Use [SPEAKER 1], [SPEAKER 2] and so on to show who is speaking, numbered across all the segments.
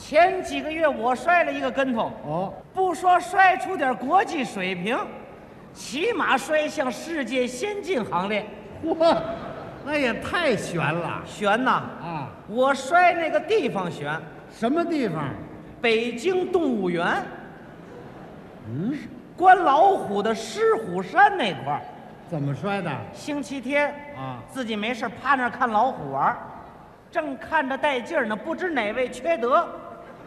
[SPEAKER 1] 前几个月我摔了一个跟头，
[SPEAKER 2] 哦，
[SPEAKER 1] 不说摔出点国际水平，起码摔向世界先进行列。
[SPEAKER 2] 嚯，那也太悬了
[SPEAKER 1] 悬呐！
[SPEAKER 2] 啊！
[SPEAKER 1] 我摔那个地方悬，
[SPEAKER 2] 什么地方？
[SPEAKER 1] 北京动物园。嗯，
[SPEAKER 2] 嗯
[SPEAKER 1] 关老虎的狮虎山那块儿，
[SPEAKER 2] 怎么摔的？
[SPEAKER 1] 星期天
[SPEAKER 2] 啊
[SPEAKER 1] 自己没事趴那儿看老虎玩儿，正看着带劲儿呢，不知哪位缺德，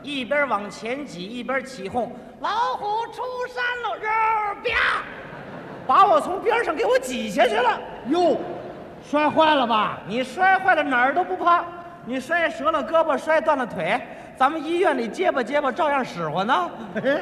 [SPEAKER 1] 一边往前挤一边起哄：“老虎出山了！”肉啪，把我从边上给我挤下去了。
[SPEAKER 2] 哟，摔坏了吧？
[SPEAKER 1] 你摔坏了哪儿都不怕，你摔折了胳膊，摔断了腿，咱们医院里结巴结巴照样使唤呢。
[SPEAKER 2] 哎，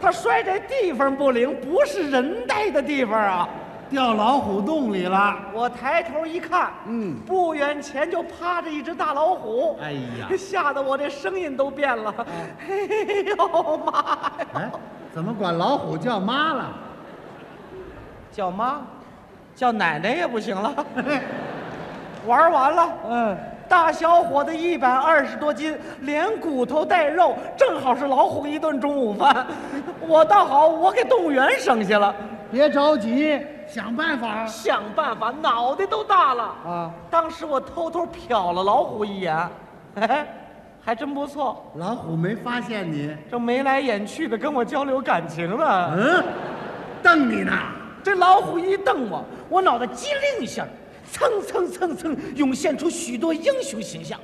[SPEAKER 1] 他摔这地方不灵，不是人待的地方啊！
[SPEAKER 2] 掉老虎洞里了。
[SPEAKER 1] 我抬头一看，
[SPEAKER 2] 嗯
[SPEAKER 1] 不远前就趴着一只大老虎，
[SPEAKER 2] 哎呀
[SPEAKER 1] 吓得我这声音都变了。 哎呦妈呀！
[SPEAKER 2] 哎，怎么管老虎叫妈了？
[SPEAKER 1] 叫妈，叫奶奶也不行了，
[SPEAKER 2] 嘿
[SPEAKER 1] 玩完了。
[SPEAKER 2] 嗯，
[SPEAKER 1] 大小伙子一百二十多斤，连骨头带肉，正好是老虎一顿中午饭。我倒好，我给动物园省下了，
[SPEAKER 2] 别着急，想办法
[SPEAKER 1] 想办法，脑袋都大了啊！
[SPEAKER 2] 啊！
[SPEAKER 1] 当时我偷偷瞟了老虎一眼， 哎，还真不错，
[SPEAKER 2] 老虎没发现你，
[SPEAKER 1] 正眉来眼去的跟我交流感情呢。
[SPEAKER 2] 嗯，瞪你呢。
[SPEAKER 1] 这老虎一瞪我，我脑袋机灵一下，蹭蹭蹭蹭，涌现出许多英雄形象。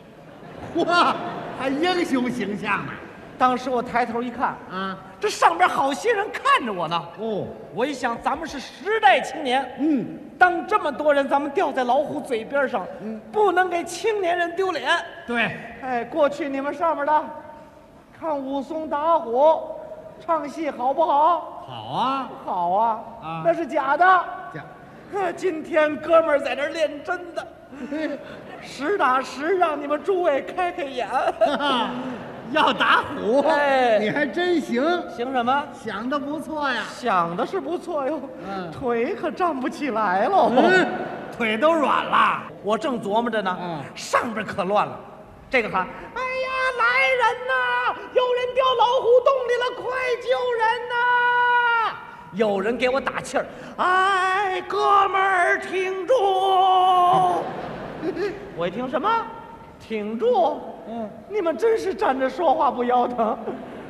[SPEAKER 2] 哇，还英雄形象呢。
[SPEAKER 1] 当时我抬头一看，
[SPEAKER 2] 啊，
[SPEAKER 1] 这上边好些人看着我呢。
[SPEAKER 2] 哦，
[SPEAKER 1] 我一想，咱们是时代青年，
[SPEAKER 2] 嗯，
[SPEAKER 1] 当这么多人，咱们掉在老虎嘴边上，不能给青年人丢脸。
[SPEAKER 2] 对，
[SPEAKER 1] 哎，过去你们上面的，看武松打虎，唱戏好不好？
[SPEAKER 2] 好啊，
[SPEAKER 1] 好啊，
[SPEAKER 2] 啊
[SPEAKER 1] 那是假的。
[SPEAKER 2] 这
[SPEAKER 1] 呵今天哥们儿在这儿练真的， 实打实让你们诸位开开眼。
[SPEAKER 2] 要打虎，
[SPEAKER 1] 哎
[SPEAKER 2] 你还真行，
[SPEAKER 1] 行什么？
[SPEAKER 2] 想的不错呀。
[SPEAKER 1] 想的是不错哟，
[SPEAKER 2] 嗯
[SPEAKER 1] 腿可站不起来 喽。
[SPEAKER 2] 嗯，腿都软了。
[SPEAKER 1] 我正琢磨着呢，
[SPEAKER 2] 嗯
[SPEAKER 1] 上边可乱了。这个喊：“哎呀，来人呐！有人掉老虎洞里了，快救人呐！”有人给我打气儿：“哎，哥们儿，挺 住！”我一听什么，挺住？
[SPEAKER 2] 嗯，
[SPEAKER 1] 你们真是站着说话不腰疼，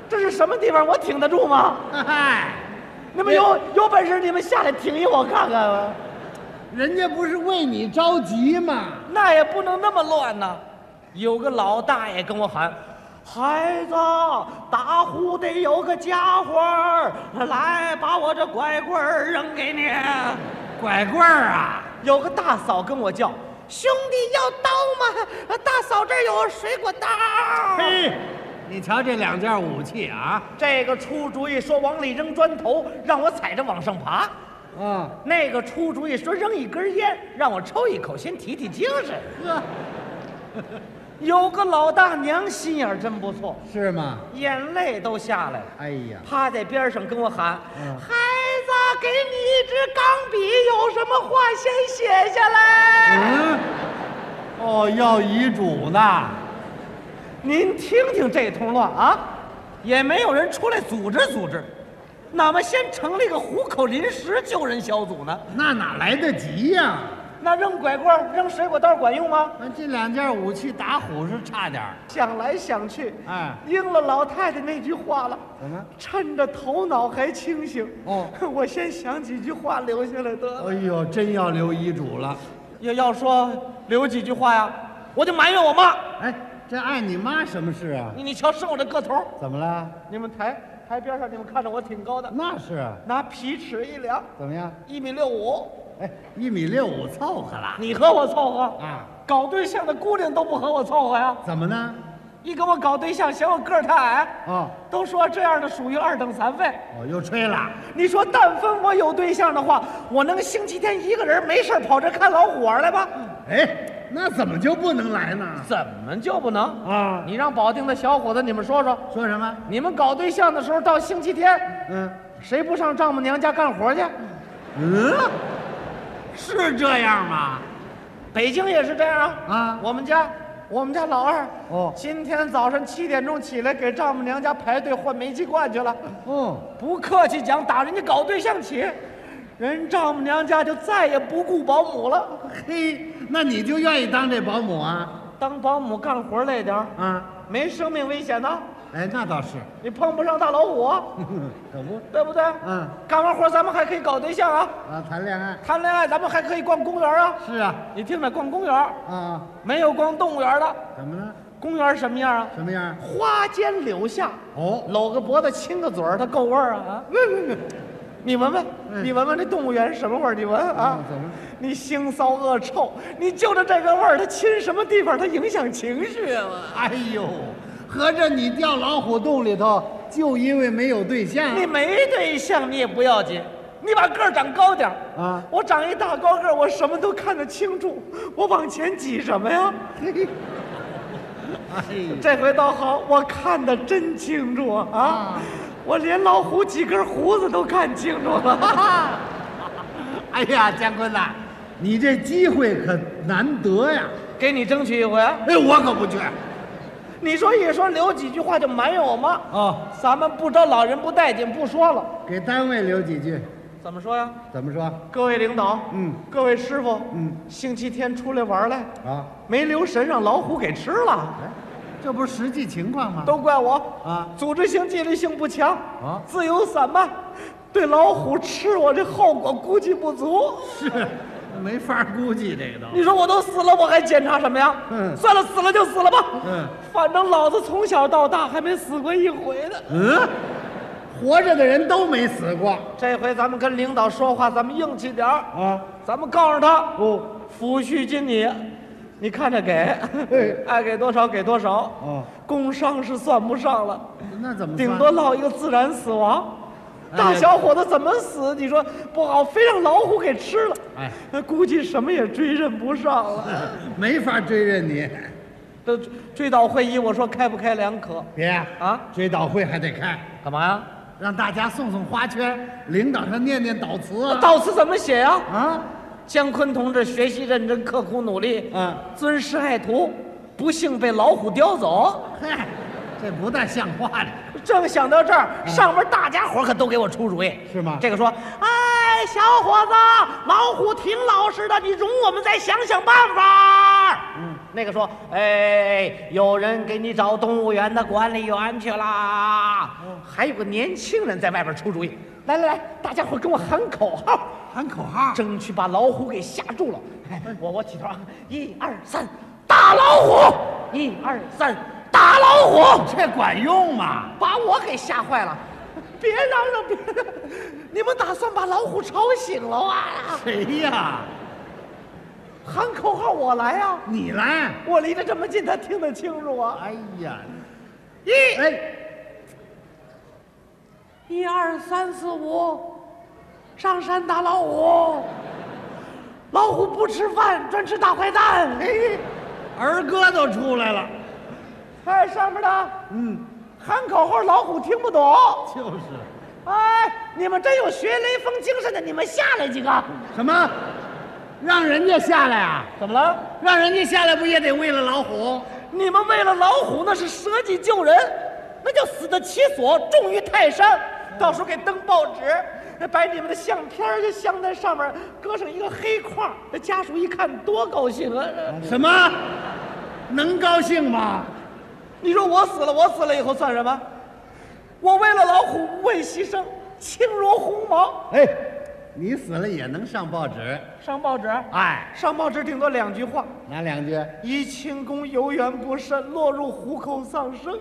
[SPEAKER 1] 这是什么地方？我挺得住吗？
[SPEAKER 2] 嗨，
[SPEAKER 1] 你们有有本事，你们下来挺一我看看啊！
[SPEAKER 2] 人家不是为你着急吗？
[SPEAKER 1] 那也不能那么乱呐。有个老大爷跟我喊：“孩子，打虎得有个家伙儿，来把我这拐棍儿扔给你。
[SPEAKER 2] 拐棍儿啊！”
[SPEAKER 1] 有个大嫂跟我叫：“兄弟要刀吗？大嫂这儿有水果刀。”
[SPEAKER 2] 嘿，你瞧这两件武器啊，
[SPEAKER 1] 这个出主意说往里扔砖头，让我踩着往上爬。
[SPEAKER 2] 啊，
[SPEAKER 1] 那个出主意说扔一根烟，让我抽一口，先提提精神。
[SPEAKER 2] 呵，
[SPEAKER 1] 有个老大娘心眼儿真不错，
[SPEAKER 2] 是吗？
[SPEAKER 1] 眼泪都下来了，
[SPEAKER 2] 哎呀，
[SPEAKER 1] 趴在边上跟我喊：“
[SPEAKER 2] 嗯
[SPEAKER 1] 孩子，给你一支钢笔，有什么话先写下来。
[SPEAKER 2] 嗯，哦，要遗嘱呢。
[SPEAKER 1] 您听听这通乱啊，也没有人出来组织组织，哪怕先成立个虎口临时救人小组呢？
[SPEAKER 2] 那哪来得及呀、
[SPEAKER 1] 那扔拐棍儿、扔水果刀管用吗？
[SPEAKER 2] 那这两件武器打虎是差点儿。
[SPEAKER 1] 想来想去，
[SPEAKER 2] 哎
[SPEAKER 1] 应了老太太那句话了。
[SPEAKER 2] 怎么？
[SPEAKER 1] 趁着头脑还清醒，
[SPEAKER 2] 哦，
[SPEAKER 1] 我先想几句话留下来得了。
[SPEAKER 2] 哎呦，真要留遗嘱了。
[SPEAKER 1] 呃要要说留几句话呀，我就埋怨我妈。
[SPEAKER 2] 哎，这碍你妈什么事啊？
[SPEAKER 1] 你你瞧，生我这个头儿，
[SPEAKER 2] 怎么了？
[SPEAKER 1] 你们台台边上，你们看着我挺高的，
[SPEAKER 2] 那是啊
[SPEAKER 1] 拿皮尺一量，
[SPEAKER 2] 怎么样？
[SPEAKER 1] 一米六五。
[SPEAKER 2] 哎，一米六五凑合了
[SPEAKER 1] 你和我凑合，
[SPEAKER 2] 啊？
[SPEAKER 1] 搞对象的姑娘都不和我凑合呀。
[SPEAKER 2] 怎么呢？
[SPEAKER 1] 一跟我搞对象，嫌我个儿太矮，
[SPEAKER 2] 哦
[SPEAKER 1] 都说这样的属于二等残废。
[SPEAKER 2] 哦，又吹了。
[SPEAKER 1] 你说，但凡我有对象的话，我能星期天一个人没事儿跑这儿看老虎玩儿来吧？
[SPEAKER 2] 哎，那怎么就不能来呢？
[SPEAKER 1] 怎么就不能？
[SPEAKER 2] 啊，
[SPEAKER 1] 你让保定的小伙子，你们说说，
[SPEAKER 2] 说什么？
[SPEAKER 1] 你们搞对象的时候到星期天，
[SPEAKER 2] 嗯
[SPEAKER 1] 谁不上丈母娘家干活去？
[SPEAKER 2] 嗯，是这样吗？
[SPEAKER 1] 北京也是这样啊。
[SPEAKER 2] 啊
[SPEAKER 1] 我们家我们家老二
[SPEAKER 3] 哦
[SPEAKER 1] 今天早上七点钟起来给丈母娘家排队换煤气罐去了。
[SPEAKER 2] 哦
[SPEAKER 3] 嗯，
[SPEAKER 1] 不客气讲，打人家搞对象起，人丈母娘家就再也不雇保姆了。
[SPEAKER 2] 嘿，那你就愿意当这保姆啊？
[SPEAKER 1] 当保姆干活累点儿，
[SPEAKER 2] 啊，
[SPEAKER 1] 没生命危险呢，
[SPEAKER 2] 哎，那倒是，
[SPEAKER 1] 你碰不上大老虎啊，
[SPEAKER 2] 可不
[SPEAKER 1] 对不对？
[SPEAKER 2] 嗯，
[SPEAKER 1] 干完活咱们还可以搞对象啊，
[SPEAKER 2] 啊，谈恋爱
[SPEAKER 1] 谈恋爱咱们还可以逛公园啊。
[SPEAKER 2] 是啊，
[SPEAKER 1] 你听着，逛公园
[SPEAKER 2] 啊，
[SPEAKER 1] 没有逛动物园的，
[SPEAKER 2] 怎么了？
[SPEAKER 1] 公园什么样啊？
[SPEAKER 2] 什么样？
[SPEAKER 1] 花间柳下，
[SPEAKER 2] 哦，
[SPEAKER 1] 搂个脖子亲个嘴儿，它够味儿啊啊！你闻闻，
[SPEAKER 2] 嗯
[SPEAKER 1] 你闻闻这动物园是什么味儿？你闻啊
[SPEAKER 2] 嗯怎么？
[SPEAKER 1] 你腥骚恶臭，你就着这个味儿，它亲什么地方，它影响情绪啊！
[SPEAKER 2] 哎呦，合着你掉老虎洞里头，就因为没有对象
[SPEAKER 1] 你没对象你也不要紧，你把个儿长高点儿
[SPEAKER 2] 啊
[SPEAKER 1] 我长一大高个儿，我什么都看得清楚，我往前挤什么呀？
[SPEAKER 2] 哎呦，
[SPEAKER 1] 这回倒好，我看得真清楚啊！啊我连老虎几根胡子都看清楚了。哈哈
[SPEAKER 2] 哎呀，姜昆呐、你这机会可难得呀！
[SPEAKER 1] 给你争取一回。啊
[SPEAKER 2] 哎，我可不去。
[SPEAKER 1] 你说一说，留几句话就埋怨我妈。
[SPEAKER 2] 哦，
[SPEAKER 1] 咱们不招老人不待见，不说了。
[SPEAKER 2] 给单位留几句，
[SPEAKER 1] 怎么说呀？
[SPEAKER 2] 怎么说？
[SPEAKER 1] 各位领导，
[SPEAKER 2] 嗯，
[SPEAKER 1] 各位师傅，
[SPEAKER 2] 嗯，
[SPEAKER 1] 星期天出来玩来，
[SPEAKER 2] 啊，
[SPEAKER 1] 没留神让老虎给吃 了，
[SPEAKER 2] 哎，这不是实际情况吗？
[SPEAKER 1] 都怪我
[SPEAKER 2] 啊
[SPEAKER 1] 组织性、纪律性不强
[SPEAKER 2] 啊
[SPEAKER 1] 自由散漫，对老虎吃我这后果估计不足。
[SPEAKER 2] 是，没法估计这个都。
[SPEAKER 1] 你说我都死了，我还检查什么呀？
[SPEAKER 2] 嗯
[SPEAKER 1] 算了，死了就死了吧。
[SPEAKER 2] 嗯，
[SPEAKER 1] 反正老子从小到大还没死过一回呢。
[SPEAKER 2] 嗯，活着的人都没死过
[SPEAKER 1] 这回咱们跟领导说话，咱们硬气点儿，
[SPEAKER 2] 啊。
[SPEAKER 1] 咱们告诉他，
[SPEAKER 2] 哦，
[SPEAKER 1] 抚恤金你，你看着给
[SPEAKER 2] 哎，
[SPEAKER 1] 爱给多少给多少。
[SPEAKER 2] 哦，
[SPEAKER 1] 工伤是算不上了，
[SPEAKER 2] 那怎么算
[SPEAKER 1] 顶多落一个自然死亡。
[SPEAKER 2] 哎
[SPEAKER 1] 大小伙子怎么死？你说不好，非让老虎给吃了，
[SPEAKER 2] 哎，
[SPEAKER 1] 估计什么也追认不上了。
[SPEAKER 2] 没法追认你。
[SPEAKER 1] 这追悼会议，我说开不开两可
[SPEAKER 2] 别
[SPEAKER 1] 啊？
[SPEAKER 2] 追悼会还得开，
[SPEAKER 1] 干嘛呀？
[SPEAKER 2] 让大家送送花圈，领导上念念悼词啊。
[SPEAKER 1] 悼词怎么写呀、
[SPEAKER 2] 啊，
[SPEAKER 1] 姜昆同志学习认真、刻苦努力，
[SPEAKER 2] 嗯
[SPEAKER 1] 尊师爱徒，不幸被老虎叼走。
[SPEAKER 2] 嗨，这不太像话了。
[SPEAKER 1] 正想到这儿，上边大家伙可都给我出主意，
[SPEAKER 2] 是吗
[SPEAKER 1] 这个说，哎，小伙子，老虎挺老实的，你容我们再想想办法。嗯，那个说，哎，有人给你找动物园的管理员去啦。
[SPEAKER 2] 嗯
[SPEAKER 1] 还有个年轻人在外边出主意，来来来，大家伙跟我喊口号。
[SPEAKER 2] 喊口号，
[SPEAKER 1] 争取把老虎给吓住了。哎，我我起头啊，一二三，打老虎！一二三，打老虎！
[SPEAKER 2] 这管用吗？
[SPEAKER 1] 把我给吓坏了，别嚷嚷别嚷嚷，你们打算把老虎吵醒了啊？
[SPEAKER 2] 谁呀？
[SPEAKER 1] 喊口号我来啊！
[SPEAKER 2] 你来。
[SPEAKER 1] 我离得这么近，他听得清楚啊！
[SPEAKER 2] 哎呀，
[SPEAKER 1] 一、
[SPEAKER 2] 哎，
[SPEAKER 1] 一二三四五，上山打老虎。老虎不吃饭，专吃大坏蛋。哎，
[SPEAKER 2] 儿歌都出来了。
[SPEAKER 1] 哎，上面的，
[SPEAKER 2] 嗯，
[SPEAKER 1] 喊口号，老虎听不懂。
[SPEAKER 2] 就是。
[SPEAKER 1] 哎，你们真有学雷锋精神的，你们下来几个？
[SPEAKER 2] 什么？让人家下来啊？
[SPEAKER 1] 怎么了？
[SPEAKER 2] 让人家下来不也得为了老虎？
[SPEAKER 1] 你们为了老虎那是舍己救人，那叫死得其所，重于泰山。到时候给登报纸，把你们的相片儿就镶在上面，搁上一个黑框，那家属一看多高兴啊！
[SPEAKER 2] 什么？能高兴吗？
[SPEAKER 1] 你说我死了，我死了以后算什么？我为了老虎无畏牺牲，轻如鸿毛。
[SPEAKER 2] 哎，你死了也能上报纸。
[SPEAKER 1] 上报纸，
[SPEAKER 2] 哎，
[SPEAKER 1] 上报纸顶多两句话。
[SPEAKER 2] 哪两句？
[SPEAKER 1] 宜庆宫游园不慎，落入虎口丧生。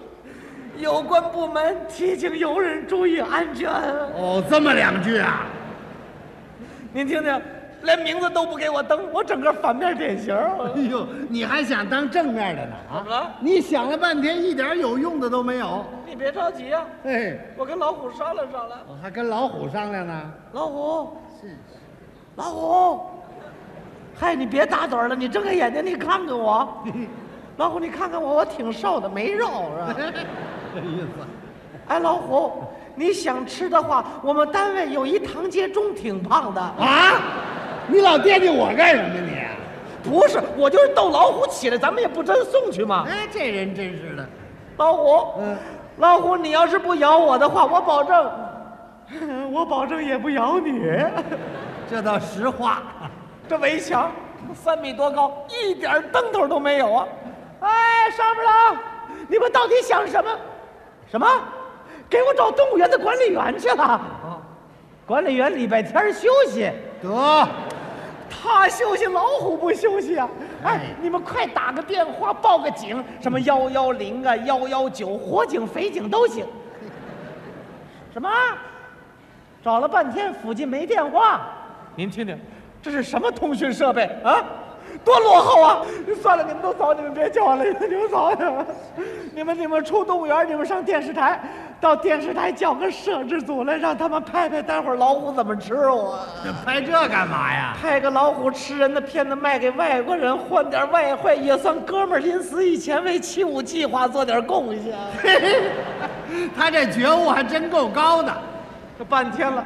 [SPEAKER 1] 有关部门提醒游人注意安全。
[SPEAKER 2] 哦，这么两句啊？
[SPEAKER 1] 您听听，连名字都不给我登，我整个反面典型。
[SPEAKER 2] 哎呦，你还想当正面的呢
[SPEAKER 1] 怎么了
[SPEAKER 2] 啊？你想了半天，一点有用的都没有。
[SPEAKER 1] 你别着急啊，
[SPEAKER 2] 哎，
[SPEAKER 1] 我跟老虎商量商量。
[SPEAKER 2] 我还跟老虎商量呢。
[SPEAKER 1] 老虎，
[SPEAKER 2] 是，
[SPEAKER 1] 老虎，嗨，你别打盹了，你睁开眼睛，你看看我。老虎，你看看我，我挺瘦的，没肉是吧？
[SPEAKER 2] 这意思。
[SPEAKER 1] 哎，老虎，你想吃的话，我们单位有一堂街中挺胖的。
[SPEAKER 2] 啊！你老惦记我干什么你？
[SPEAKER 1] 不是，我就是逗老虎起来，咱们也不真送去嘛。
[SPEAKER 2] 哎，这人真是 的，
[SPEAKER 1] 老虎，
[SPEAKER 2] 嗯
[SPEAKER 1] 老虎，你要是不咬我的话，我保证，我保证也不咬 你。
[SPEAKER 2] 这倒实话。
[SPEAKER 1] 这围墙三米多高，一点儿灯头都没有啊！哎，上面了，你们到底想什么？什么？给我找动物园的管理员去了。管理员礼拜天儿休息，
[SPEAKER 2] 得，
[SPEAKER 1] 他休息，老虎不休息啊！哎
[SPEAKER 2] 哎，
[SPEAKER 1] 你们快打个电话报个警，什么幺幺零啊、幺幺九，火警、匪警都行。什么？找了半天附近没电话，
[SPEAKER 3] 您听听，
[SPEAKER 1] 这是什么通讯设备啊？多落后啊！算了，你们都走，你们别叫我了，你们走，你们，你们你们出动物园，你们上电视台，到电视台叫个摄制组来，让他们拍拍，待会儿老虎怎么吃我。
[SPEAKER 2] 这拍这干嘛呀？
[SPEAKER 1] 拍个老虎吃人的片子卖给外国人，换点外汇，也算哥们儿临死以前为七五计划做点贡献。
[SPEAKER 2] 他这觉悟还真够高的。
[SPEAKER 1] 这半天了，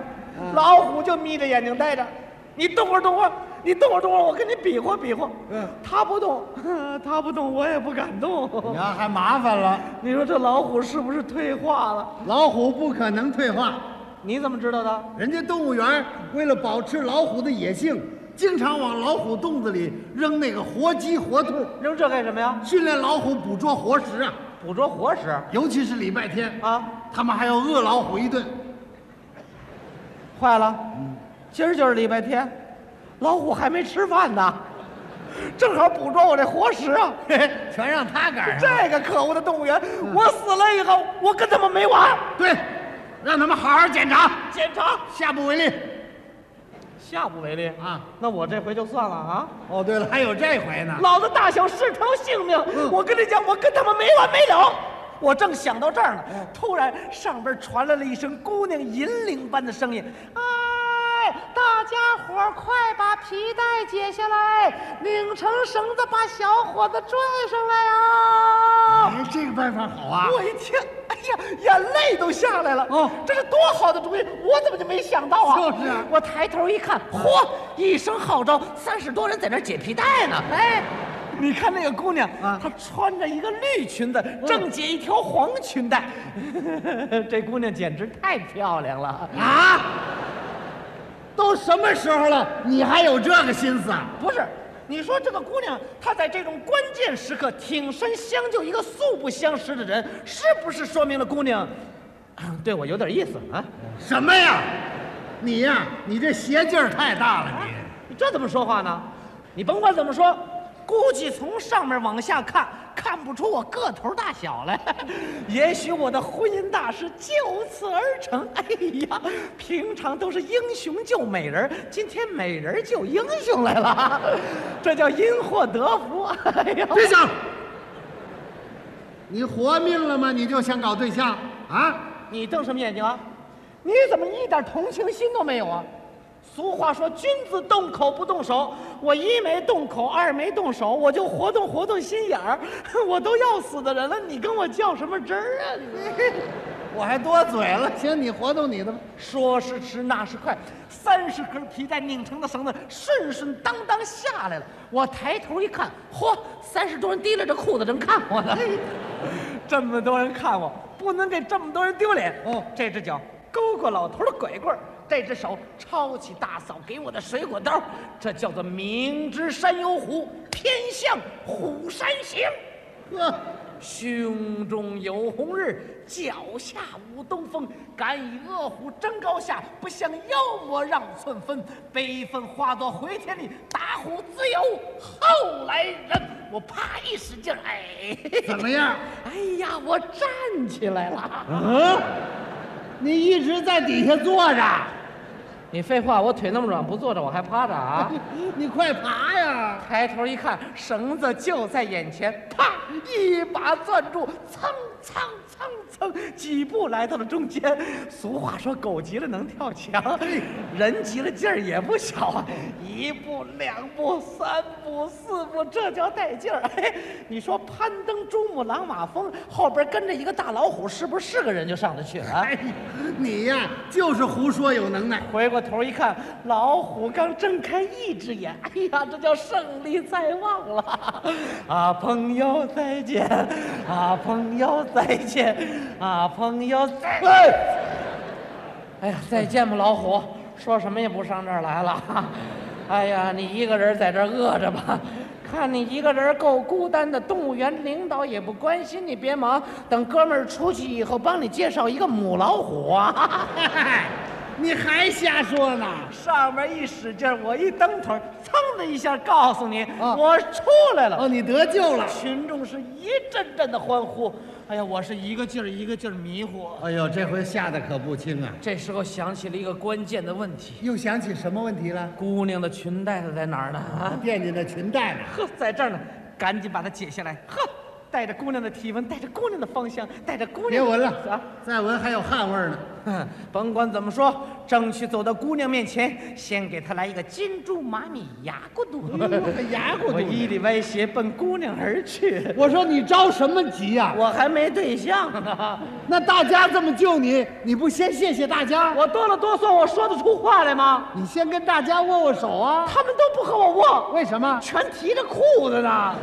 [SPEAKER 1] 老虎就眯着眼睛待着，你动会儿动会儿，你动会儿动会儿，我跟你比划比划。
[SPEAKER 2] 嗯
[SPEAKER 1] 他不动， 他不动，我也不敢
[SPEAKER 2] 你
[SPEAKER 1] 动。
[SPEAKER 2] 要还麻烦了，
[SPEAKER 1] 你说这老虎是不是退化了？
[SPEAKER 2] 老虎不可能退化，
[SPEAKER 1] 你怎么知道的？
[SPEAKER 2] 人家动物园为了保持老虎的野性，经常往老虎洞子里扔那个活鸡、活兔，
[SPEAKER 1] 扔这干什么呀？
[SPEAKER 2] 训练老虎捕捉活食啊。
[SPEAKER 1] 捕捉活食
[SPEAKER 2] 尤其是礼拜天，
[SPEAKER 1] 啊！
[SPEAKER 2] 他们还要饿老虎一顿。
[SPEAKER 1] 坏了，今儿就是礼拜天，老虎还没吃饭呢，正好捕捉我这活食啊！
[SPEAKER 2] 嘿嘿，全让他赶上了。
[SPEAKER 1] 这个可恶的动物园，我死了以后，我跟他们没完。
[SPEAKER 2] 对，让他们好好检查，
[SPEAKER 1] 检查
[SPEAKER 2] 下不为例
[SPEAKER 1] 下不为例，
[SPEAKER 2] 啊！
[SPEAKER 1] 那我这回就算了啊！
[SPEAKER 2] 哦，对了，还有这回呢。
[SPEAKER 1] 老子大小是条性命，我跟你讲，我跟他们没完没了。我正想到这儿呢，突然上边传来了一声姑娘银铃般的声音：“哎，大家伙儿快把皮带解下来，拧成绳子把小伙子拽上来啊！”
[SPEAKER 2] 哎，这个办法好啊！
[SPEAKER 1] 我一听，哎呀，眼泪都下来了。
[SPEAKER 2] 哦
[SPEAKER 1] 这是多好的主意，我怎么就没想到啊？
[SPEAKER 2] 就是啊
[SPEAKER 1] 我抬头一看，嚯，一声号召，三十多人在那儿解皮带呢。哎。你看那个姑娘，
[SPEAKER 2] 啊
[SPEAKER 1] 她穿着一个绿裙子，正解一条黄裙带， 这姑娘简直太漂亮了。
[SPEAKER 2] 啊，都什么时候了，你还有这个心思啊？
[SPEAKER 1] 不是，你说这个姑娘，她在这种关键时刻挺身相救一个素不相识的人，是不是说明了姑娘对我有点意思啊？
[SPEAKER 2] 什么呀？你呀、你这邪劲儿太大了，你。
[SPEAKER 1] 你这怎么说话呢？你甭管怎么说，估计从上面往下看，看不出我个头大小来。 也许我的婚姻大事就此而成。哎呀，平常都是英雄救美人，今天美人救英雄来了， 这叫因祸得福。 哎呀，
[SPEAKER 2] 别想了，你活命了吗？你就想搞对象啊？
[SPEAKER 1] 你瞪什么眼睛啊？你怎么一点同情心都没有啊？俗话说，君子动口不动手。我一没动口，二没动手，我就活动活动心眼儿。 我都要死的人了，你跟我较什么真儿啊？
[SPEAKER 2] 我还多嘴了，行，你活动你的吧。
[SPEAKER 1] 说时迟，那时快，三十根皮带拧成的绳子顺顺当当下来了。我抬头一看，嚯，三十多人提拉着裤子正看我呢。这么多人看我，不能给这么多人丢脸。
[SPEAKER 2] 哦
[SPEAKER 1] 这只脚勾过老头的拐棍儿，这只手抄起大嫂给我的水果刀，这叫做明知山有虎，偏向虎山行。
[SPEAKER 2] 呵，
[SPEAKER 1] 胸中有红日，脚下无东风。敢以恶虎争高下，不向妖魔让寸分。悲愤化作回天力，打虎自有后来人。我啪一使劲儿，哎，
[SPEAKER 2] 怎么样？
[SPEAKER 1] 哎呀，我站起来了。
[SPEAKER 2] 嗯，你一直在底下坐着，
[SPEAKER 1] 你废话，我腿那么软，不坐着我还趴着啊？
[SPEAKER 2] 你快爬呀！
[SPEAKER 1] 抬头一看，绳子就在眼前，啪，一把攥住，蹭蹭蹭蹭，几步来到了中间。俗话说，狗急了能跳墙， 人急了劲儿也不小啊。一步、两步、三步、四步，这叫带劲儿。 哎，你说攀登珠穆朗玛峰，后边跟着一个大老虎，是不是是个人就上得去了啊？
[SPEAKER 2] 哎，你呀、就是胡说有能耐。
[SPEAKER 1] 回过过头一看，老虎刚睁开一只眼， 哎呀，这叫胜利在望了！ 啊，朋友再见！啊，朋友再见！啊，朋友再见！哎呀，再见吧，老虎！说什么也不上这儿来了。 哎呀，你一个人在这儿饿着吧。看你一个人够孤单的，动物园领导也不关心你，别忙，等哥们儿出去以后，帮你介绍一个母老虎啊。
[SPEAKER 2] 你还瞎说呢？
[SPEAKER 1] 上面一使劲儿，我一蹬腿儿，噌的一下告诉你，
[SPEAKER 2] 啊
[SPEAKER 1] 我出来了。
[SPEAKER 2] 哦，你得救了。
[SPEAKER 1] 群众是一阵阵的欢呼。哎呀，我是一个劲儿一个劲儿迷糊。
[SPEAKER 2] 哎呦，这回吓得可不轻啊！
[SPEAKER 1] 这时候想起了一个关键的问题：
[SPEAKER 2] 又想起什么问题了？
[SPEAKER 1] 姑娘的裙带子在哪儿呢？啊，
[SPEAKER 2] 惦记那裙带呢？
[SPEAKER 1] 呵，在这儿呢，赶紧把它解下来。呵，带着姑娘的体温，带着姑娘的芳香，带着姑娘的
[SPEAKER 2] 别闻
[SPEAKER 1] 啊
[SPEAKER 2] 了，再闻还有汗味儿呢。
[SPEAKER 1] 哼，甭管怎么说，争取走到姑娘面前，先给她来一个金猪马米牙骨 肚。
[SPEAKER 2] 还嗯牙骨肚
[SPEAKER 1] 我
[SPEAKER 2] 呢
[SPEAKER 1] 一里歪斜奔姑娘而去，
[SPEAKER 2] 我说你着什么急呀、
[SPEAKER 1] 我还没对象呢，
[SPEAKER 2] 那大家这么救你，你不先谢谢大家？
[SPEAKER 1] 我哆了哆嗦，我说得出话来吗？
[SPEAKER 2] 你先跟大家握握手啊？
[SPEAKER 1] 他们都不和我握，
[SPEAKER 2] 为什么？
[SPEAKER 1] 全提着裤子呢。